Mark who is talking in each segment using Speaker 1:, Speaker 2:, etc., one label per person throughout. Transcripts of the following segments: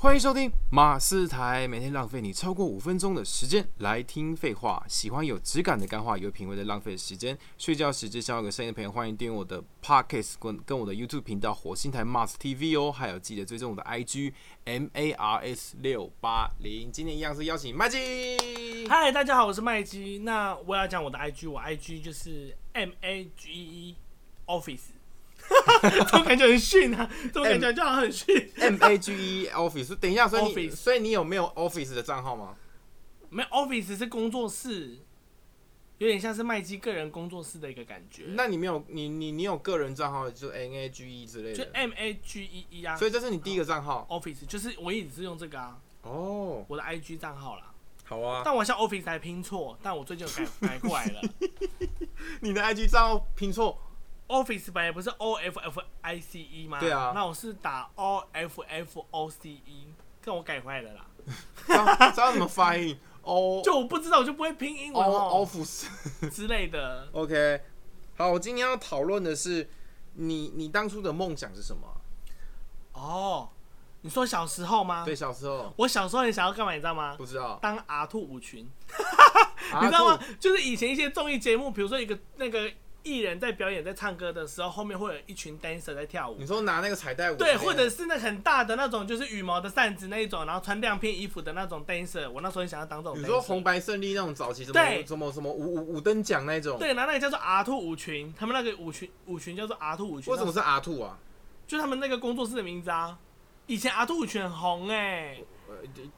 Speaker 1: 欢迎收听马斯台，每天浪费你超过五分钟的时间来听废话。喜欢有质感的干话，有品味的浪费时间。睡觉时只想要有个声音的朋友，欢迎订阅我的 Podcast 跟跟我的 YouTube 频道火星台 Mars TV 哦，还有记得追踪我的 IG M A R S 六八零。今天一样是邀请麦基。
Speaker 2: 嗨，大家好，我是麦基。那我要讲我的 IG，我 IG 就是 M A G E Office，这种感觉很逊啊，这种感觉就好像很逊。
Speaker 1: M A G E Office，等一下，所以你
Speaker 2: Office
Speaker 1: 所以你有没有 Office 的账号吗？
Speaker 2: 没有 Office 是工作室，有点像是麦基个人工作室的一个感觉。
Speaker 1: 那你没有，你你你有个人账号，就是 N A G E 之类
Speaker 2: 就
Speaker 1: 的，
Speaker 2: M A G E E 啊
Speaker 1: 所以这是你第一个账号
Speaker 2: ，Office 就是我一直是用这个啊，
Speaker 1: 哦。
Speaker 2: 我的 IG 账号啦。
Speaker 1: 好啊，
Speaker 2: 但我好像 Office 还拼错，但我最近有改改过来了。
Speaker 1: 你的 IG 账号拼错，
Speaker 2: Office 本来不是 O F F I C E 吗？
Speaker 1: 对啊
Speaker 2: 那我是打 O F F O C E，跟我改坏了啦。
Speaker 1: 哦知道知道怎么发音？O
Speaker 2: 就我不知道，我就不会拼英
Speaker 1: O
Speaker 2: 文哦
Speaker 1: Office
Speaker 2: 之类的。
Speaker 1: OK，好，我今天要讨论的是你你当初的梦想是什么啊？
Speaker 2: 哦，你说小时候吗？
Speaker 1: 对，，小时候
Speaker 2: 我小时候很想要干嘛，你知道吗？
Speaker 1: 不知道，啊
Speaker 2: 当 R 兔舞群，
Speaker 1: 你
Speaker 2: 你知道吗？？就是以前一些综艺节目，比如说一个那个艺人在表演在唱歌的时候，后面会有一群 dancer 在跳舞
Speaker 1: 你。说拿那个彩带舞之类
Speaker 2: 对，
Speaker 1: 的，
Speaker 2: 或者是那很大的那种，就是羽毛的扇子那一种，然后穿亮片衣服的那种 dancer，我那时候很想要当这种。
Speaker 1: 你说红？白胜利那种早期什么
Speaker 2: 对
Speaker 1: 什么什么五五五等奖那种，
Speaker 2: 对，然后那个叫做 R 兔舞群，他们那个舞群舞群叫做 R 兔舞群，
Speaker 1: 为什么是 R two 啊？
Speaker 2: 就他们那个工作室的名字啊。以前阿兔舞群很红哎、
Speaker 1: 呃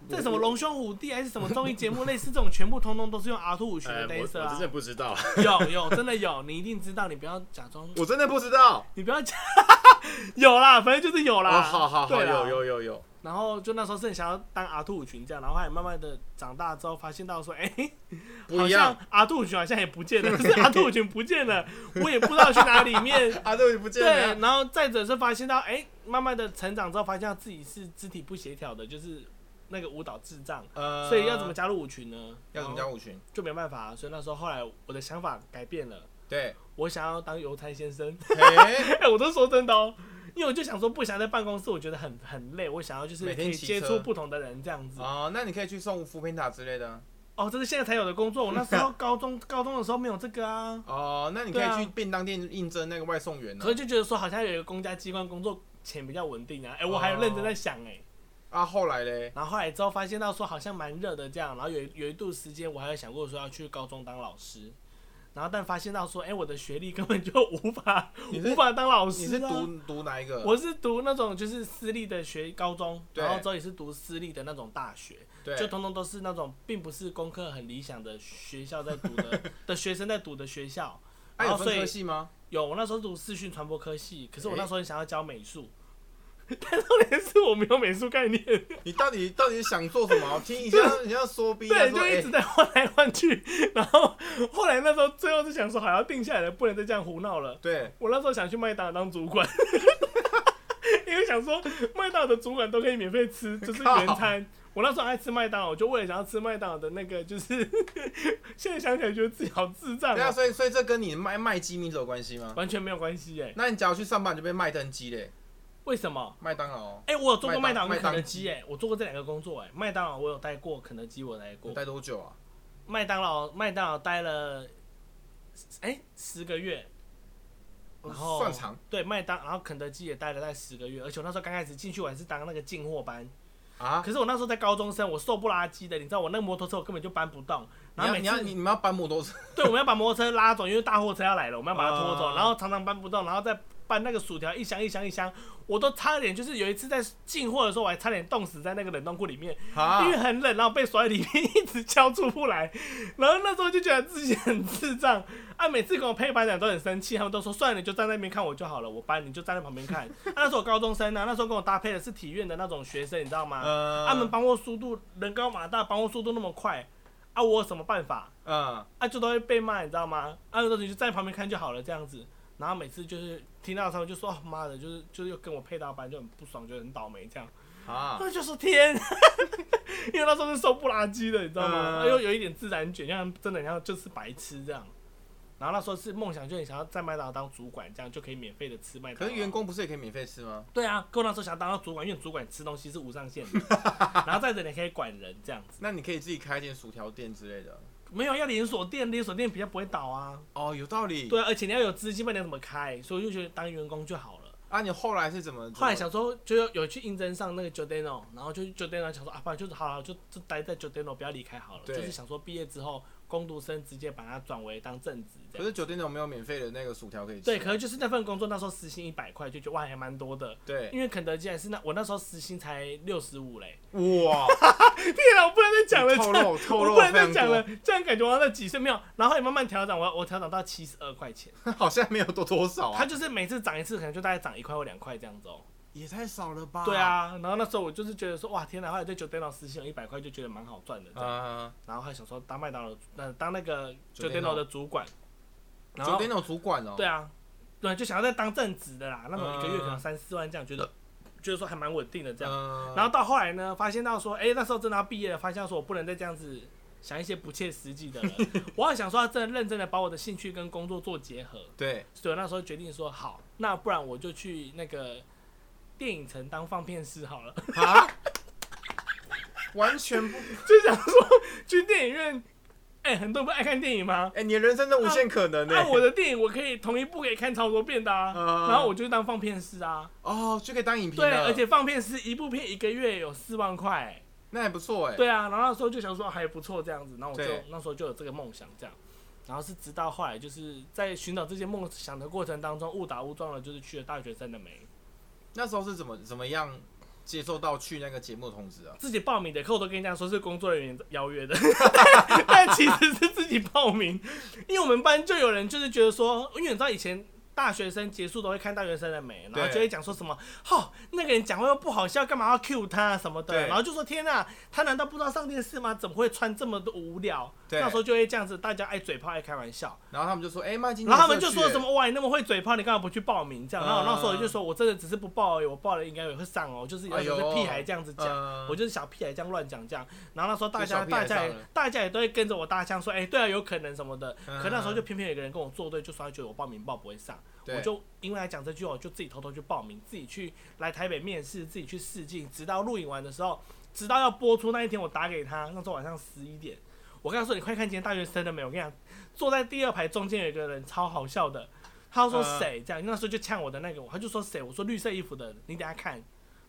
Speaker 2: 这什么？龙兄虎弟还是什么综艺节目，类似这种全部通通都是用阿兔舞群
Speaker 1: 呃
Speaker 2: 的 dancer 啊。
Speaker 1: 不知道，
Speaker 2: 有有真的有，你一定知道，你不要假装，
Speaker 1: 我真的不知道。
Speaker 2: 你不要 假，有啦，反正就是有啦。
Speaker 1: 哦，好好好，
Speaker 2: 对啊啦
Speaker 1: 有有。有有，
Speaker 2: 然后就那时候是很想要当阿兔舞群这样，然后后来慢慢的长大之后，发现到说，哎、
Speaker 1: 不
Speaker 2: 好
Speaker 1: 一样
Speaker 2: 像。阿兔舞群好像也不见了，是阿兔舞群不见了，我也不知道去哪里面。
Speaker 1: 啊，对，不见
Speaker 2: 对，
Speaker 1: 了。
Speaker 2: 然后再者是发现到，哎、慢慢的成长之后，发现到自己是肢体不协调的，就是那个舞蹈智障，
Speaker 1: 呃
Speaker 2: 所以要怎么加入舞群呢？
Speaker 1: 要怎么加舞群？
Speaker 2: 就没办法、所以那时候后来我的想法改变了，
Speaker 1: 对，
Speaker 2: 我想要当邮差先生。
Speaker 1: 嘿
Speaker 2: 哎、我都说真的哦，因为我就想说不想在办公室，我觉得很很累，我想要就是
Speaker 1: 每
Speaker 2: 可
Speaker 1: 天
Speaker 2: 以
Speaker 1: 骑
Speaker 2: 接
Speaker 1: 车
Speaker 2: 触不同的人这样 子。
Speaker 1: 哦，那你可以去送扶贫塔之类的。
Speaker 2: 哦，这是现在才有的工作，我那 时候高中高中的时候没有这个啊，
Speaker 1: 哦，那你可以
Speaker 2: 对啊
Speaker 1: 去便当店应征那个外送员呢啊
Speaker 2: 所。以就觉得说好像有一个公家机关工作钱比较稳定啊。哎、我还有认真在想哎、
Speaker 1: 啊，后来嘞，
Speaker 2: 然后后来之后发现到说好像蛮热的这样，然后有一有一度时间我还有想过说要去高中当老师，然后但发现到说，哎、我的学历根本就无法
Speaker 1: 你是
Speaker 2: 无法当老师、
Speaker 1: 你
Speaker 2: 啊。
Speaker 1: 是读读哪一个？
Speaker 2: 我是读那种就是私立的学高中，
Speaker 1: 对
Speaker 2: 然后之后也是读私立的那种大学，
Speaker 1: 对，
Speaker 2: 就通通都是那种并不是功课很理想的学校在 读的的学生在读的学校。
Speaker 1: 啊，
Speaker 2: 然
Speaker 1: 有
Speaker 2: 后所
Speaker 1: 分
Speaker 2: 以
Speaker 1: 科系吗？
Speaker 2: 有，我那时候读视讯传播科系，可是我
Speaker 1: 诶
Speaker 2: 那时候很想要教美术， 但重点是我没有美术概念。
Speaker 1: 你到底到底想做什 么？我听一下，你要说逼啊，
Speaker 2: 对，
Speaker 1: 说
Speaker 2: 就一
Speaker 1: 哎
Speaker 2: 直，在换来换去，然后后来那时候最后是想说，好要定下来了，不能再这样胡闹了。
Speaker 1: 对，
Speaker 2: 我那时候想去麦当劳当主管， 因为想说麦当劳的主管都可以免费 吃，就是
Speaker 1: 靠
Speaker 2: 原餐。我那时候爱吃麦当劳，我就为了想要吃麦当劳的那个，就是 现在想起来觉得自己好智障、
Speaker 1: 对啊，
Speaker 2: 啊，
Speaker 1: 所以所以这跟你卖卖鸡名字有关系 吗？
Speaker 2: 完全没有关系耶、
Speaker 1: 那你只要去上班你就被麦登鸡嘞，
Speaker 2: 为什么？
Speaker 1: 麦当劳哦
Speaker 2: 哎、我有做过麦当劳
Speaker 1: 麦
Speaker 2: 跟
Speaker 1: 当
Speaker 2: 肯德基哎、我做过这两个工作哎、麦当劳我有待过，肯德基我待过
Speaker 1: 你。待多久啊？
Speaker 2: 麦当劳麦当劳待了，哎、十个月，然后
Speaker 1: 算长，
Speaker 2: 对麦当，然后肯德基也待了大概十个月，而且我那时候刚开始进去，我还是当那个进货班。
Speaker 1: 啊？
Speaker 2: 可是我那时候在高中生，我瘦不拉几的，你知道我那个摩托车我根本就搬不动，
Speaker 1: 你
Speaker 2: 然
Speaker 1: 要
Speaker 2: 后每
Speaker 1: 你要
Speaker 2: 次
Speaker 1: 你你们要搬摩托车，
Speaker 2: 对我们要把摩托车拉走，因为大货车要来了，我们要把它拖走，
Speaker 1: 啊
Speaker 2: 然后常常搬不动，然后再搬那个薯条一箱一箱一箱，我都差点就是有一次在进货的时候，我还差点冻死在那个冷冻库里面，
Speaker 1: 啊
Speaker 2: 因为很冷，然后被锁在里面，一直敲出不来。然后那时候就觉得自己很智障啊！每次跟我配班长都很生气，他们都说算了，你就站在那边看我就好了，我班你就站在旁 边看。啊、那时候我高中生啊，那时候跟我搭配的是体院的那种学生，你知道吗？啊
Speaker 1: 呃
Speaker 2: 他们帮我速度人高马大，帮我速度那么快，啊，我有什么办法？
Speaker 1: 嗯。
Speaker 2: 啊，就都会被骂，你知道吗？啊，那时候你就站在旁边看就好了，这样子。然后每次就是听到他们就说，哦妈的，就是就是又跟我配到班，就很不爽，就很倒霉这样。
Speaker 1: 啊，
Speaker 2: 那就是天， 因为那时候是瘦不拉几的，你知道吗？哎
Speaker 1: 嗯
Speaker 2: 又有一点自然卷，像真的像就是白痴这样。然后那时候是梦想，就很想要在麦当劳当主管，这样就可以免费的吃麦当劳。
Speaker 1: 可是员工不是也可以免费吃吗？
Speaker 2: 对啊，跟我那时候想当到主管，因为主管吃东西是无上限 的，然后再者你可以管人这样子。
Speaker 1: 那你可以自己开一间薯条店之类的。
Speaker 2: 没有要连锁店，连锁店比较不会倒啊。
Speaker 1: 哦，有道理。
Speaker 2: 对啊，而且你要有资金，不然你要怎么开？所以我就觉得当员工就好了。
Speaker 1: 啊，你后来是怎么？
Speaker 2: 后来想说，就有有去应征上那个 Jordano，然后就去 Jordano 想说啊，不然就是好了，就就待在 Jordano，不要离开好了。就
Speaker 1: 对
Speaker 2: 是想说毕业之后，工读生直接把它转为当正职这
Speaker 1: 可
Speaker 2: 样。
Speaker 1: 是酒店有没有免费的那个薯条可以吃？
Speaker 2: 对，可是啊就是那份工作那时候时薪一百块，就觉得哇还蛮多的。
Speaker 1: 对，
Speaker 2: 因为肯德基还是那我那时候时薪才六十五嘞，
Speaker 1: 哇，
Speaker 2: 天啊，我不能再 讲了，
Speaker 1: 透
Speaker 2: 这样
Speaker 1: 露透
Speaker 2: 我
Speaker 1: 露
Speaker 2: 不能
Speaker 1: 非
Speaker 2: 再
Speaker 1: 常
Speaker 2: 讲了
Speaker 1: 多，，
Speaker 2: 这样感觉我那几岁没有，然后也慢慢调整，我我调整到七十二块钱，
Speaker 1: 好像没有多多少
Speaker 2: 它
Speaker 1: 啊，
Speaker 2: 就是每次涨一次，可能就大概涨一块或两块这样子哦、
Speaker 1: 也太少了吧？
Speaker 2: 对，啊，然后那时候我就是觉得说，哇，天哪！后来对酒店老师薪有一百块，就觉得蛮好赚的这样。
Speaker 1: 啊，
Speaker 2: 然后还想说当麦当劳，呃，当那个酒店
Speaker 1: Giordano
Speaker 2: 的主管，然
Speaker 1: 酒
Speaker 2: 后
Speaker 1: 店有主管哦，
Speaker 2: 对啊，对，就想要再当正职的啦。那种一个月可能
Speaker 1: 嗯
Speaker 2: 三四万这样，觉得觉得说还蛮稳定的这样。
Speaker 1: 嗯，
Speaker 2: 然后到后来呢，发现到说，哎、那时候真的要毕业了，发现到说我不能再这样子想一些不切实际的了。我要想说，要真的认真的把我的兴趣跟工作做结 合。
Speaker 1: 对，
Speaker 2: 所以我那时候决定说，好，那不然我就去那个电影城当放片师好了，
Speaker 1: 啊，完全不，
Speaker 2: 就想说去电影院。哎、很多人不爱看电影吗？
Speaker 1: 哎，你的人生都无限可能呢欸
Speaker 2: 那、。啊我的电影我可以同一部可以看超多遍的啊，
Speaker 1: 嗯
Speaker 2: 然后我就当放片师啊。
Speaker 1: 哦，就可以当影评
Speaker 2: 对，
Speaker 1: 了，
Speaker 2: 而且放片师一部片一个月有四万块、
Speaker 1: 那还不错哎。
Speaker 2: 对啊，然后那时候就想说还不错这样子，然后我就
Speaker 1: 对
Speaker 2: 那时候就有这个梦想这样，然后是直到后来就是在寻找这些梦想的过程当中，误打误撞的，就是去了大学生的美，
Speaker 1: 那时候是怎么怎么样接受到去那个节目的通知啊？
Speaker 2: 自己报名的，可我都跟你讲说是工作人员邀约的， 但其实是自己报名，因为我们班就有人就是觉得说，因为你知道以前。大学生结束都会看大学生的美，然后
Speaker 1: 对
Speaker 2: 就会讲说什么，哦，那个人讲话又不好笑，干嘛要 cue 他什么的，
Speaker 1: 对
Speaker 2: 然后就说天呐、他难道不知道上电视吗？怎么会穿这么的无聊？
Speaker 1: 对
Speaker 2: 那时候就会这样子，大家爱嘴炮，爱开玩笑，
Speaker 1: 然后他们就说，哎，麦金，
Speaker 2: 然后他们就说什？么哇，你那么会嘴炮，你干嘛不去报名？这样，然后我那时候我
Speaker 1: 嗯
Speaker 2: 就说我真的只是不报而已，我报了应该也会上哦，就是
Speaker 1: 哎
Speaker 2: 有
Speaker 1: 呦
Speaker 2: 是屁孩这样子讲，
Speaker 1: 嗯
Speaker 2: 我就是小屁孩这样乱讲这样。然后那时候大
Speaker 1: 就小
Speaker 2: 家
Speaker 1: 屁孩
Speaker 2: 大家也
Speaker 1: 上了
Speaker 2: 大家也都会跟着我搭腔说，哎，对啊，有可能什么的。
Speaker 1: 嗯
Speaker 2: 可那时候就偏偏有一个人跟我作对，就说他觉得我报名报不会上，
Speaker 1: 对
Speaker 2: 我就因为他讲这句话，我就自己偷偷去报名，自己去来台北面试，自己去试镜，直到录影完的时候，直到要播出那一天，我打给他，那时候晚上十一点。我跟他说：“你快看今天大学生了没有？”我跟你讲，坐在第二排中间有一个人超好笑的，他说
Speaker 1: 嗯
Speaker 2: 谁这样，那时候就呛我的那个，他就说谁，我说绿色衣服的人，你等下看，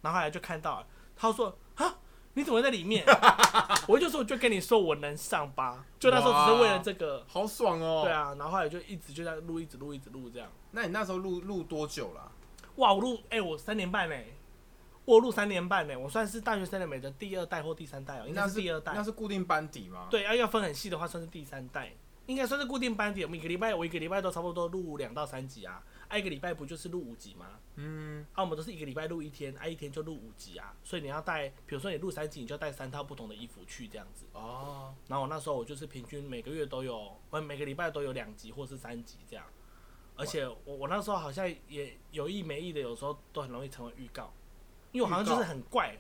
Speaker 2: 然后后来就看到了，他说啊，你怎么会在里面？ 我就说我就跟你说我能上吧，就那时候只是为了这个，
Speaker 1: 好爽哦。
Speaker 2: 对。啊，然后后来就一直就在录，一直录，一直录这样，
Speaker 1: 那你那时候录录多久啦？
Speaker 2: 哇，我录哎、我三年半呢、我录三年半呢、我算是大学生的美的第二代或第三代哦、应该
Speaker 1: 那
Speaker 2: 是第二代
Speaker 1: 那，是固定班底吗？，
Speaker 2: 对，要要分很细的话，算是第三代，应该算是固定班底。我们哦一个礼拜，我一个礼拜都差不多录两到三集啊，啊一个礼拜不就是录五集吗？
Speaker 1: 嗯，
Speaker 2: 啊，我们都是一个礼拜录一天，啊一天就录五集啊，所以你要带，比如说你录三集，你就要带三套不同的衣服去这样子。
Speaker 1: 哦，
Speaker 2: 然后我那时候我就是平均每个月都有，呃每个礼拜都有两集或是三集这样，而且我我那时候好像也有意没意的，有时候都很容易成为预告，因为我好像就是很怪，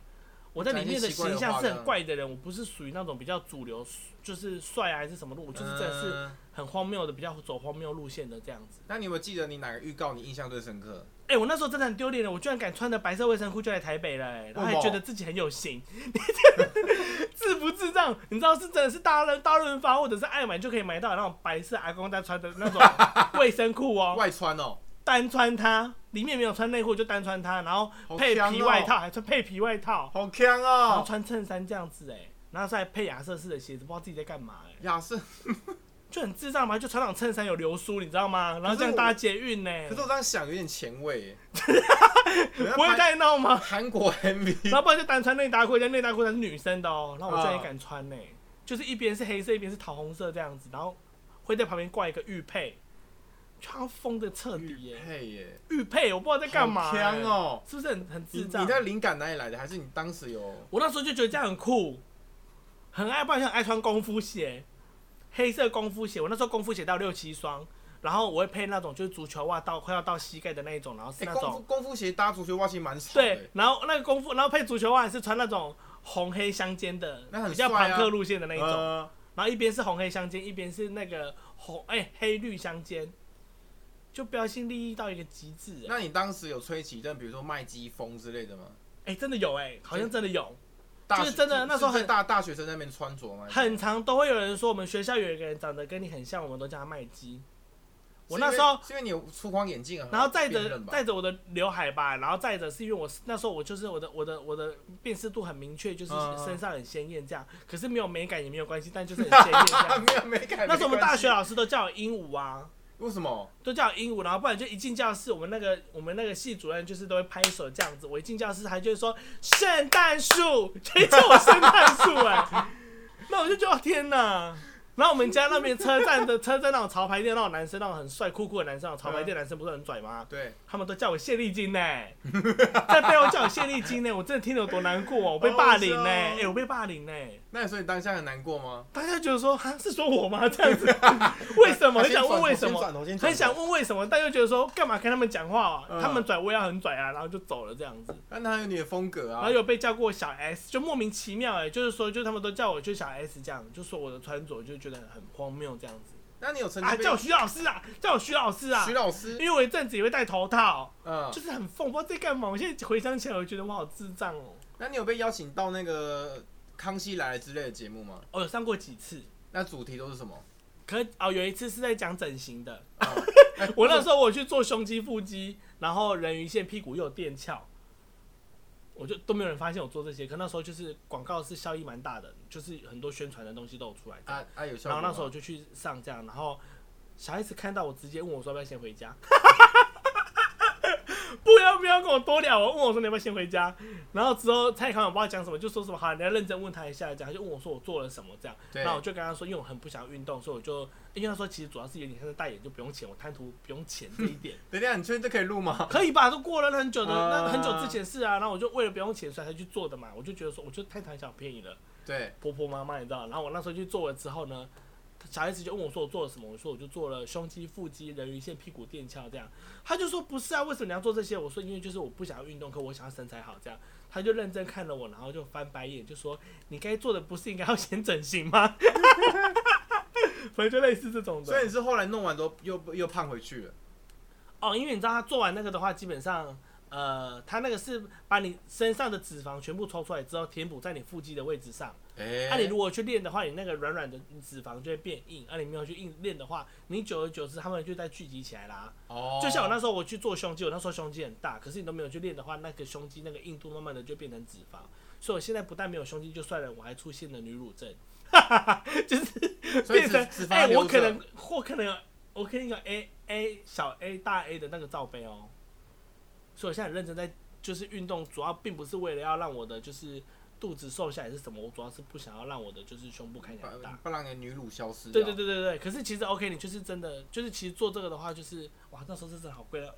Speaker 2: 我在里面的形象是很怪的人，我不是属于那种比较主流，就是帅啊还是什么路，我就是真的是
Speaker 1: 嗯
Speaker 2: 很荒谬的，比较走荒谬路线的这样子。
Speaker 1: 那你有没有记得你哪个预告你印象最深刻？
Speaker 2: 哎、我那时候真的很丢脸了，我居然敢穿着白色卫生裤就来台北了、欸，然后还
Speaker 1: 为什么
Speaker 2: 觉得自己很有型，你这 智不智障？你知道是真的是大润大润发或者是爱买就可以买到那种白色阿公在穿的 那种卫生裤哦，
Speaker 1: 外穿哦，
Speaker 2: 单穿它，里面没有穿内裤就单穿它，然后
Speaker 1: 好
Speaker 2: 配
Speaker 1: 强
Speaker 2: 皮
Speaker 1: 哦
Speaker 2: 外套，还穿配皮外套，
Speaker 1: 好强
Speaker 2: 然后
Speaker 1: 哦！
Speaker 2: 穿衬衫这样子哎、然后再配亚瑟士的鞋子，不知道自己在干嘛哎、
Speaker 1: 亚瑟，
Speaker 2: 就很智障嘛，就穿那种衬衫有流苏，你知道吗？然后这样搭捷运呢、
Speaker 1: 可是我这样想有点前卫耶，
Speaker 2: 哎 不会太闹吗？
Speaker 1: 韩国 MV
Speaker 2: 然后不然就单穿内搭裤，人家内搭裤它是女生的哦、然后我居然
Speaker 1: 嗯
Speaker 2: 也敢穿呢、就是一边是黑色，一边是桃红色这样子，然后会在旁边挂一个玉佩，就好像疯的彻底耶、
Speaker 1: 配耶，
Speaker 2: 玉佩我不知道在干嘛、欸
Speaker 1: 好强！哦！
Speaker 2: 是不是很很
Speaker 1: 你
Speaker 2: 智
Speaker 1: 你
Speaker 2: 障？
Speaker 1: 的灵感哪里来的？还是你当时有？
Speaker 2: 我那时候就觉得这样很酷，很爱，不然就很爱穿功夫鞋，黑色功夫鞋。我那时候功夫鞋到六七双，然后我会配那种就是足球袜到快要到膝盖的那一种，然后是
Speaker 1: 哎，
Speaker 2: 那
Speaker 1: 功
Speaker 2: 种
Speaker 1: 夫功夫鞋搭足球袜其实蛮爽的
Speaker 2: 对
Speaker 1: 耶，，
Speaker 2: 然后那个功夫，然后配足球袜是穿那种红黑相间的，
Speaker 1: 那很
Speaker 2: 比较
Speaker 1: 帅啊
Speaker 2: 朋克路线的那一种。
Speaker 1: 呃
Speaker 2: 然后一边是红黑相间，一边是那个红哎、黑绿相间，就标新立异到一个极致、哎
Speaker 1: 那你当时有吹起一阵，比如说麦基风之类的吗？
Speaker 2: 哎、真的有哎、好像真的有，
Speaker 1: 大
Speaker 2: 就是真的那时候很
Speaker 1: 是在大大学生在那边穿着吗？
Speaker 2: 很常都会有人说我们学校有一个人长得跟你很像，我们都叫他麦基。我
Speaker 1: 是因为
Speaker 2: 那时候
Speaker 1: 是因为你有粗框眼镜啊，
Speaker 2: 然后再
Speaker 1: 辨
Speaker 2: 着
Speaker 1: 认吧
Speaker 2: 再着我的刘海吧，然后再着是因为我那时候我就是我的我的我的辨识度很明确，就是
Speaker 1: 嗯嗯
Speaker 2: 身上很鲜艳这样，可是没有美感也没有关系，但就是很鲜艳这 样。
Speaker 1: 啊没有没改。
Speaker 2: 那时候我们大学
Speaker 1: 啊，
Speaker 2: 老师都叫我鹦鹉啊，
Speaker 1: 为什么？
Speaker 2: 都叫我鹦鹉，然后不然就一进教室，我们那个我们那个系主任就是都会拍手这样子，我一进教室他就会说圣诞树，就叫我圣诞树 哎，那我就觉得哦天哪。然后我们家那边车站的车站那种潮牌店那种男生，那种很帅酷酷的男生，那种潮牌店男生不是很拽吗？
Speaker 1: 对，
Speaker 2: 他们都叫我谢 丽金呢、在背后叫我谢丽金呢、我真的听得有多难过、哦，我被霸凌呢、
Speaker 1: 好好笑哦
Speaker 2: 哎、我被霸凌呢、
Speaker 1: 那所以你当下很难过吗？
Speaker 2: 大家觉得说，哈，是说我吗？这样子，为什么？很想问为什么，
Speaker 3: 么
Speaker 2: 很想。问为什么，但又觉得说，干嘛跟他们讲话、啊？
Speaker 1: 嗯
Speaker 2: 他们拽我也要很拽啊，然后就走了这样子。
Speaker 1: 但他有你的风格
Speaker 2: 然
Speaker 1: 啊
Speaker 2: 后，有被叫过小 S，就莫名其妙哎、就是说，就他们都叫我就小 S 这样，就说我的穿着就觉得很荒谬这样子。
Speaker 1: 那你有曾
Speaker 2: 啊，
Speaker 1: 经被
Speaker 2: 叫我徐老师啊，叫我徐老师啊
Speaker 1: 徐，老师，
Speaker 2: 因为我一阵子也会戴头套。
Speaker 1: 嗯
Speaker 2: 就，是很疯，不知道在干嘛。我现在回想起来，我觉得我好智障哦。
Speaker 1: 那你有被邀请到那个《康熙来了》之类的节目吗？
Speaker 2: 我有上过几次，
Speaker 1: 那主题都是什么？
Speaker 2: 可哦有一次是在讲整形的。
Speaker 1: 啊
Speaker 2: 我那时候我去做胸肌、腹肌，然后人鱼线、屁股又有垫翘，我就都没有人发现我做这些。可那时候就是广告是效益蛮大的，就是很多宣传的东西都有出来。
Speaker 1: 啊啊有效
Speaker 2: 然
Speaker 1: 果
Speaker 2: 后
Speaker 1: 吗。
Speaker 2: 那时候我就去上这样，然后小孩子看到我，直接问我说要不要先回家，不要不要跟我多聊，我问我说你要不要先回家，然后之后蔡康永不知道讲什么，就说什么好，你要认真问他一下，讲他就问我说我做了什么这样，
Speaker 1: 对
Speaker 2: 然后我就跟他说，因为我很不想运动，所以我就因为他说其实主要是有点像是代言，就不用钱，我贪图不用钱这一 点，
Speaker 1: 等一下，你确定这可以录吗？
Speaker 2: 可以吧？都过了很久的，
Speaker 1: 啊
Speaker 2: 那很久之前是啊，然后我就为了不用钱所以才去做的嘛，我就觉得说我就太贪小便宜了。
Speaker 1: 对，
Speaker 2: 婆婆妈妈，你知道？然后我那时候去做了之后呢，小孩子就问我说我做了什么，我说我就做了胸肌、腹肌、人鱼线、屁股垫翘这样。他就说不是啊，为什么你要做这些？我说因为就是我不想要运动，可我想要身材好这样。他就认真看了我，然后就翻白眼，就说你该做的不是应该要先整形吗？ 反正就类似这种
Speaker 1: 所以
Speaker 2: 的
Speaker 1: 你是后来弄完都又又胖回去了。
Speaker 2: 哦，因为你知道他做完那个的话，基本上。呃，他那个是把你身上的脂肪全部抽出来之后，填补在你腹肌的位置上，
Speaker 1: 哎
Speaker 2: 啊那、你如果去练的话，你那个软软的脂肪就会变硬；啊那、你没有去硬练的话，你久而久之它们就在聚集起来啦。
Speaker 1: 哦，
Speaker 2: 就像我那时候我去做胸肌，我那时候胸肌很大，可是你都没有去练的话，那个胸肌那个硬度慢慢的就变成脂肪。所以我现在不但没有胸肌就算了，我还出现了女乳症，
Speaker 1: 所以
Speaker 2: 变
Speaker 1: 脂
Speaker 2: 成
Speaker 1: 脂肪
Speaker 2: 哎、我
Speaker 1: 留着
Speaker 2: 可能我可能有我可能有 A A 小 A 大 A 的那个罩杯哦。所以我现在很认真在就是运动，主要并不是为了要让我的就是肚子瘦下来是什么，我主要是不想要让我的就是胸部看起来大
Speaker 1: 不。不让你的女乳消失。
Speaker 2: 对对，对对对，可是其实 OK，你就是真的，就是其实做这个的话，就是哇，那时候是真的好贵了。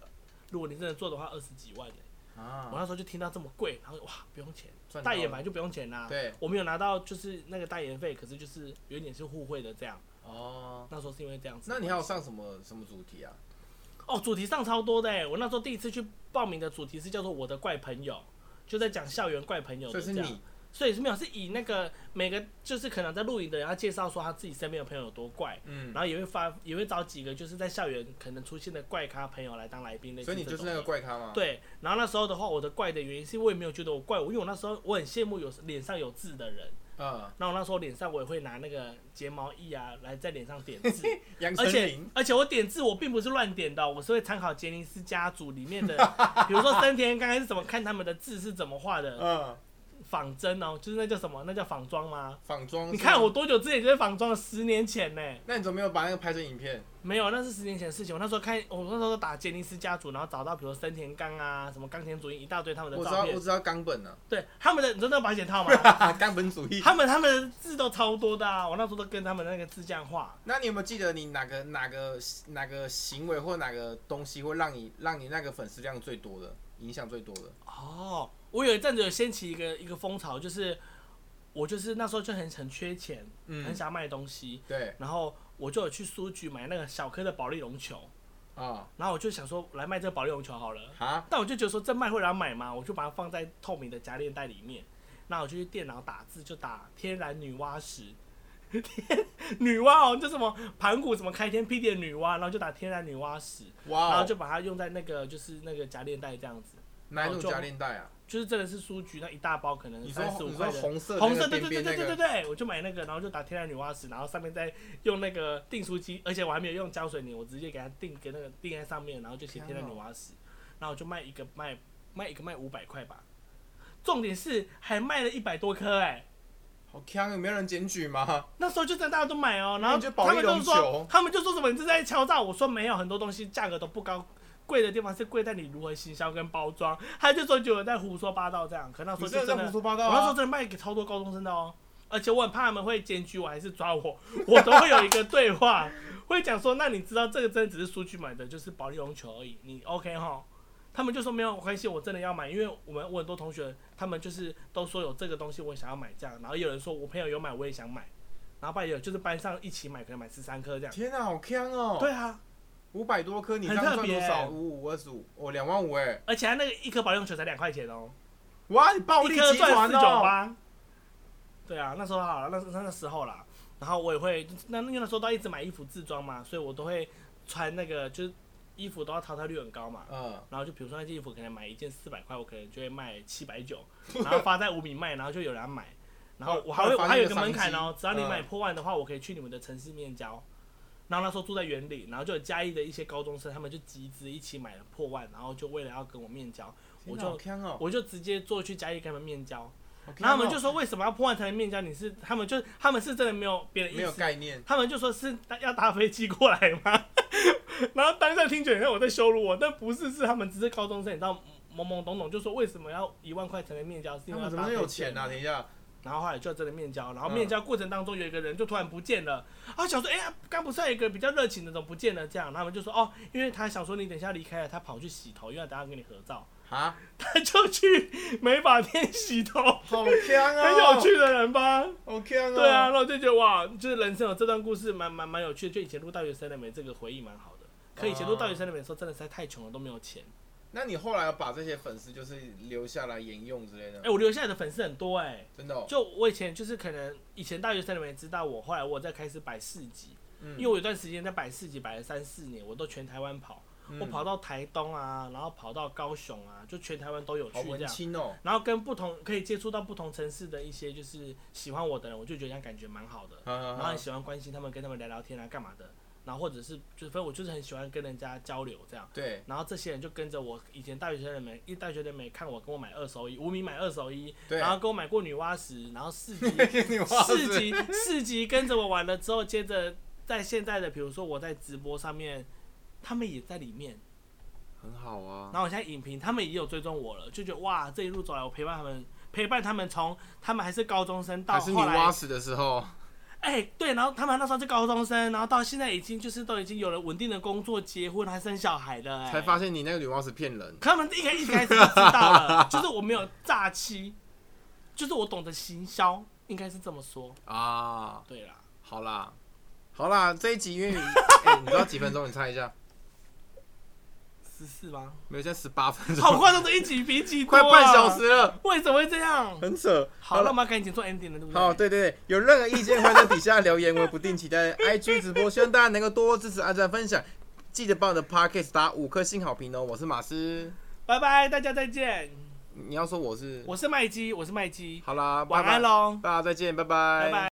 Speaker 2: 如果你真的做的话，二十几万呢、我那
Speaker 1: 啊，
Speaker 2: 时候就听到这么贵，然后哇，不用钱，
Speaker 1: 赚到
Speaker 2: 代言
Speaker 1: 了
Speaker 2: 本来就不用钱啦、
Speaker 1: 对
Speaker 2: 我没有拿到就是那个代言费，可是就是有一点是互惠的这样。
Speaker 1: 哦。
Speaker 2: 那时候是因为这样子。
Speaker 1: 那你还有上什么什么主题啊？
Speaker 2: 哦，主题上超多的、欸。我那时候第一次去报名的主题是叫做“我的怪朋友”，就在讲校园怪朋友
Speaker 1: 所
Speaker 2: 的
Speaker 1: 以是
Speaker 2: 这样。
Speaker 1: 你
Speaker 2: 所以是没有是以那个每个就是可能在录影的人要介绍说他自己身边的朋友有多怪，
Speaker 1: 嗯
Speaker 2: 然后也会发，也会找几个就是在校园可能出现的怪咖朋友来当来宾类似
Speaker 1: 所以你就是那个
Speaker 2: 这种
Speaker 1: 怪咖吗？，
Speaker 2: 对。然后那时候的话，我的怪的原因是我也没有觉得我怪，我因为我那时候我很羡慕有脸上有痣的人。
Speaker 1: 嗯，
Speaker 2: 然后我那时候脸上我也会拿那个睫毛液啊来在脸上点痣，
Speaker 1: 杨
Speaker 2: 而
Speaker 1: 丞
Speaker 2: 且
Speaker 1: 琳，
Speaker 2: 而且我点痣我并不是乱点的哦，我是会参考杰尼斯家族里 面的，比如说森田刚开始怎么看他们的字是怎么画的，
Speaker 1: 嗯，
Speaker 2: 仿真哦，就是那叫什么？那叫仿妆吗？
Speaker 1: 仿妆。
Speaker 2: 你看我，多久之前就在仿妆了？十年前呢、
Speaker 1: 那你怎么没有把那个拍成影片？
Speaker 2: 没有，那是十年前的事情。我那时候看，我那时候打杰尼斯家族，然后找到比如森田刚啊，什么冈田主义一大堆他们的
Speaker 1: 我知
Speaker 2: 照
Speaker 1: 道，我
Speaker 2: 片。
Speaker 1: 知道冈本 啊，
Speaker 2: 对，他们的你知道那个保 险套吗？
Speaker 1: 啊，冈本主义。
Speaker 2: 他们他们的字都超多的啊！我那时候都跟他们那个字这样画。
Speaker 1: 那你有没有记得你哪个哪个哪个行为或哪个东西会让你让你那个粉丝量最多的，影响最多的？
Speaker 2: 哦，我有一阵子有掀起一个一个风潮，就是我就是那时候就很很缺钱，
Speaker 1: 嗯
Speaker 2: 很想卖东西，
Speaker 1: 对
Speaker 2: 然后我就有去书局买那个小颗的保利龙球，
Speaker 1: 啊，
Speaker 2: 然后我就想说来卖这个保利龙球好了。
Speaker 1: 啊，
Speaker 2: 但我就觉得说这卖会有人买吗？我就把它放在透明的夹链袋里面，那我就去电脑打字，就打“天然女娲石”， 女娲哦，就什么盘古什么开天辟地的女娲，然后就打天然女娲屎，然
Speaker 1: 哇
Speaker 2: 后
Speaker 1: 哦，
Speaker 2: 就把它用在那个就是那个夹链袋这样子，
Speaker 1: 哪一种
Speaker 2: 哦就
Speaker 1: 夹链带啊？
Speaker 2: 就是真的是书局那一大包，可能
Speaker 1: 你说
Speaker 2: 三十五
Speaker 1: 你
Speaker 2: 块
Speaker 1: 说
Speaker 2: 的。
Speaker 1: 红色的
Speaker 2: 红
Speaker 1: 那
Speaker 2: 色，
Speaker 1: 个
Speaker 2: 对
Speaker 1: 边边
Speaker 2: 对对对
Speaker 1: 那个，
Speaker 2: 对对对，我就买那个，然后就打天然女娲屎，然后上面再用那个订书机，而且我还没有用胶水泥，我直接给它订给那个订在上面，然后就写天然女娲屎，然后我就卖一个卖卖一个卖五百块吧，重点是还卖了一百多颗哎、
Speaker 1: 好呛，有没有人检举吗？
Speaker 2: 那时候就真的大家都买哦，然
Speaker 1: 那
Speaker 2: 后
Speaker 1: 你就保
Speaker 2: 他
Speaker 1: 利
Speaker 2: 们就
Speaker 1: 龙
Speaker 2: 说
Speaker 1: 酒，
Speaker 2: 他们就说什么你这是在敲诈，我说没有，很多东西价格都不高，贵的地方是贵在你如何行销跟包装，他就说有人在胡说八道这样，可那时
Speaker 1: 你
Speaker 2: 候
Speaker 1: 真
Speaker 2: 就
Speaker 1: 的
Speaker 2: 真
Speaker 1: 在
Speaker 2: 的
Speaker 1: 胡，说八道
Speaker 2: 我那时候
Speaker 1: 啊！
Speaker 2: 真的卖给超多高中生的哦，而且我很怕他们会检举我还是抓我， 我都会有一个对话， 会讲说那你知道这个真的只是数据买的，就是保利龙球而已，你 OK 哈？他们就说没有关系，我真的要买，因为我们我很多同学他们就是都说有这个东西，我想要买这样，然后有人说我朋友有买，我也想买，然后班有就是班上一起买，可能买十三颗这样。
Speaker 1: 天哪，好呛哦！
Speaker 2: 对啊，
Speaker 1: 五百多颗，你这
Speaker 2: 很
Speaker 1: 样
Speaker 2: 特
Speaker 1: 赚
Speaker 2: 别
Speaker 1: 多少？五五二十五，哦，两万五哎！
Speaker 2: 而且他那个一颗保利龙球才两块钱哦、
Speaker 1: 哇，你暴
Speaker 2: 一
Speaker 1: 力
Speaker 2: 颗
Speaker 1: 集
Speaker 2: 赚
Speaker 1: 团
Speaker 2: 四九
Speaker 1: 哦！
Speaker 2: 八。对啊，那时候好了，那那那时候啦，然后我也会，那那个时候都要一直买衣服自装嘛，所以我都会穿那个，就是衣服都要淘汰率很高嘛。
Speaker 1: 嗯，
Speaker 2: 然后就比如说那件衣服可能买一件四百块，我可能就会卖七百九，然后发在五米卖，然后就有人买。然后我还会
Speaker 1: 会
Speaker 2: 我
Speaker 1: 发现
Speaker 2: 还有一个
Speaker 1: 一个商
Speaker 2: 门槛哦，
Speaker 1: 机
Speaker 2: 只要你买
Speaker 1: 嗯
Speaker 2: 破万的话，我可以去你们的城市面交。然后那时候住在园里，然后就有嘉义的一些高中生，他们就集资一起买了破万，然后就为了要跟我面交，
Speaker 1: 天
Speaker 2: 我
Speaker 1: 哪
Speaker 2: 就
Speaker 1: 好呛哦！
Speaker 2: 我就直接坐去嘉义跟他们面交。
Speaker 1: 好呛哦
Speaker 2: 然后他们就说为什么要破案才能面交？你是他们就他们是真的没有别的意
Speaker 1: 没有
Speaker 2: 思，
Speaker 1: 概念，
Speaker 2: 他们就说是要搭飞机过来吗？ 然后当下听觉得哎我在羞辱我，但不是，是他们只是高中生，你知道懵懵懂懂就说为什么要一万块才能面交？是因
Speaker 1: 他
Speaker 2: 为
Speaker 1: 们
Speaker 2: 要
Speaker 1: 怎
Speaker 2: 搭
Speaker 1: 么那么有
Speaker 2: 飞机
Speaker 1: 钱啊？等一下，
Speaker 2: 然后后来就真的面交，然后
Speaker 1: 嗯
Speaker 2: 面交过程当中有一个人就突然不见了，啊，想说，哎、呀，刚不是还有一个比较热情的怎么不见了？这样，然后他们就说，哦，因为他想说你等一下离开了，他跑去洗头，因为他等一下要跟你合照，
Speaker 1: 啊，
Speaker 2: 他就去美发店洗头，
Speaker 1: 好呛啊！
Speaker 2: 很有，趣的人吧？
Speaker 1: 好呛哦！
Speaker 2: 对啊，，然后就觉得哇，就是人生有这段故事蛮蛮蛮有趣的。就以前录大学生的美这个回忆蛮好的，可以前
Speaker 1: 哦
Speaker 2: 录大学生的美的时候真的实在太穷了，都没有钱。
Speaker 1: 那你后来把这些粉丝就是留下来沿用之类
Speaker 2: 哎、
Speaker 1: 的，
Speaker 2: 我留下来的粉丝很多哎、
Speaker 1: 真的哦？
Speaker 2: 就我以前就是可能以前大学生的美知道我，后来我再开始摆市集，
Speaker 1: 嗯
Speaker 2: 因为我有段时间在摆市集摆了三四年，我都全台湾跑，
Speaker 1: 嗯
Speaker 2: 我跑到台东啊，然后跑到高雄啊，就全台湾都有
Speaker 1: 好
Speaker 2: 去这
Speaker 1: 文
Speaker 2: 样。
Speaker 1: 青哦，
Speaker 2: 然后跟不同可以接触到不同城市的一些就是喜欢我的人，我就觉得这样感觉蛮好的。
Speaker 1: 然
Speaker 2: 然后很喜欢关心他们，跟他们聊聊天啊，干嘛的。然后或者是就是反正我就是很喜欢跟人家交流这样。
Speaker 1: 对
Speaker 2: 然后这些人就跟着我，以前大学生的们，一大学生们看我跟我买二手衣，无名买二手衣，
Speaker 1: 对，
Speaker 2: 然后跟我买过女娲石，然后四 级
Speaker 1: 你哇塞
Speaker 2: 四级四级跟着我玩了之后，接着在现在的比如说我在直播上面，他们也在里面，
Speaker 1: 很好啊，
Speaker 2: 然后我现在影评，他们也有追踪我了，就觉得哇这一路走来我陪伴他们，陪伴他们从他们还是高中生到
Speaker 1: 还是你
Speaker 2: 后来
Speaker 1: 挖死的时候，
Speaker 2: 哎、对，然后他们那时候是高中生，然后到现在已经就是都已经有了稳定的工作、结婚，还生小孩了、哎，
Speaker 1: 才发现你那个女娲是骗人。
Speaker 2: 可他们一开一开始就知道了，就是我没有诈欺，就是我懂得行销，应该是这么说。
Speaker 1: 啊，
Speaker 2: 对啦，
Speaker 1: 好啦，好啦，这一集因 为你，哎你知道几分钟？你猜一下，
Speaker 2: 十四吗？
Speaker 1: 没有，现在十八分钟，
Speaker 2: 好快，啊这一集比一集多、
Speaker 1: 快
Speaker 2: 啊，
Speaker 1: 半小，时了，
Speaker 2: 为什么会这样？
Speaker 1: 很扯。
Speaker 2: 好，那我
Speaker 1: 了。
Speaker 2: 们要赶紧做 ending 了，对不对？
Speaker 1: 好，对对对，有任何意见欢迎在底下留言，我不定期在 IG 直播，希望大家能够多多支持、按赞、分享，记得帮我的 Podcast 打五颗星好评哦。我是马斯，
Speaker 2: 拜拜，大家再见。
Speaker 1: 你要说我是，
Speaker 2: 我是麦基，我是麦基，
Speaker 1: 好啦，
Speaker 2: 晚安
Speaker 1: 喽，
Speaker 2: 喽，
Speaker 1: 大家再见，拜拜，
Speaker 2: 拜拜。